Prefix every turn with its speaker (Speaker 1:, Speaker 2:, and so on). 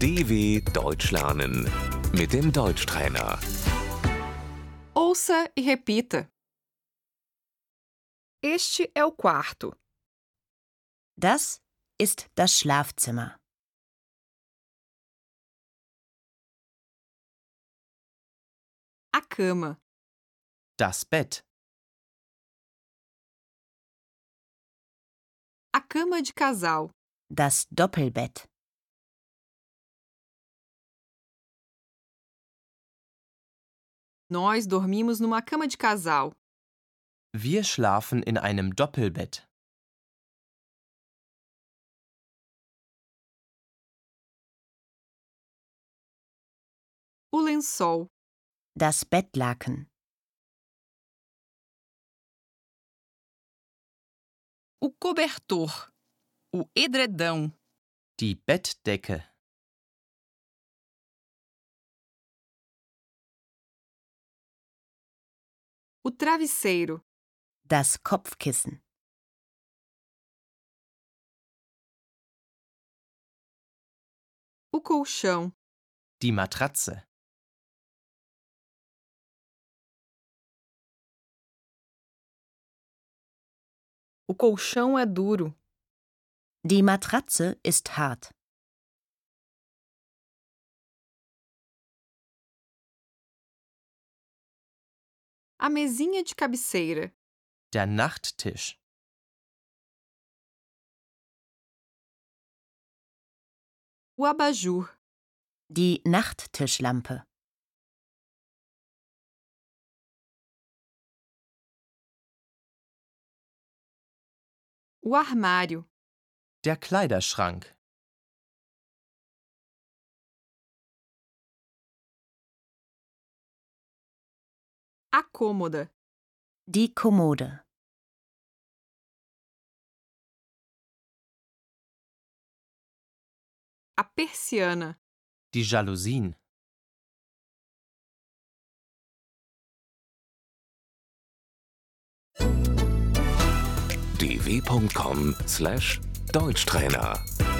Speaker 1: DW Deutsch lernen mit dem Deutschtrainer.
Speaker 2: Ouça e repita. Este é o quarto.
Speaker 3: Das ist das Schlafzimmer.
Speaker 2: A cama.
Speaker 4: Das Bett.
Speaker 2: A cama de casal.
Speaker 3: Das Doppelbett.
Speaker 2: Nós dormimos numa cama de casal.
Speaker 4: Wir schlafen in einem Doppelbett.
Speaker 2: O lençol.
Speaker 3: Das Bettlaken.
Speaker 2: O cobertor. O edredão.
Speaker 4: Die Bettdecke.
Speaker 2: O travesseiro.
Speaker 3: Das Kopfkissen.
Speaker 2: O colchão.
Speaker 4: Die Matratze.
Speaker 2: O colchão é duro.
Speaker 3: Die Matratze ist hart.
Speaker 2: A mesinha de cabeceira.
Speaker 4: Der Nachttisch.
Speaker 2: O abajur.
Speaker 3: Die Nachttischlampe.
Speaker 2: O armário.
Speaker 4: Der Kleiderschrank.
Speaker 2: A cômoda.
Speaker 3: Die Kommode.
Speaker 2: A persiana.
Speaker 4: Die Jalousien.
Speaker 1: dw.com/deutschtrainer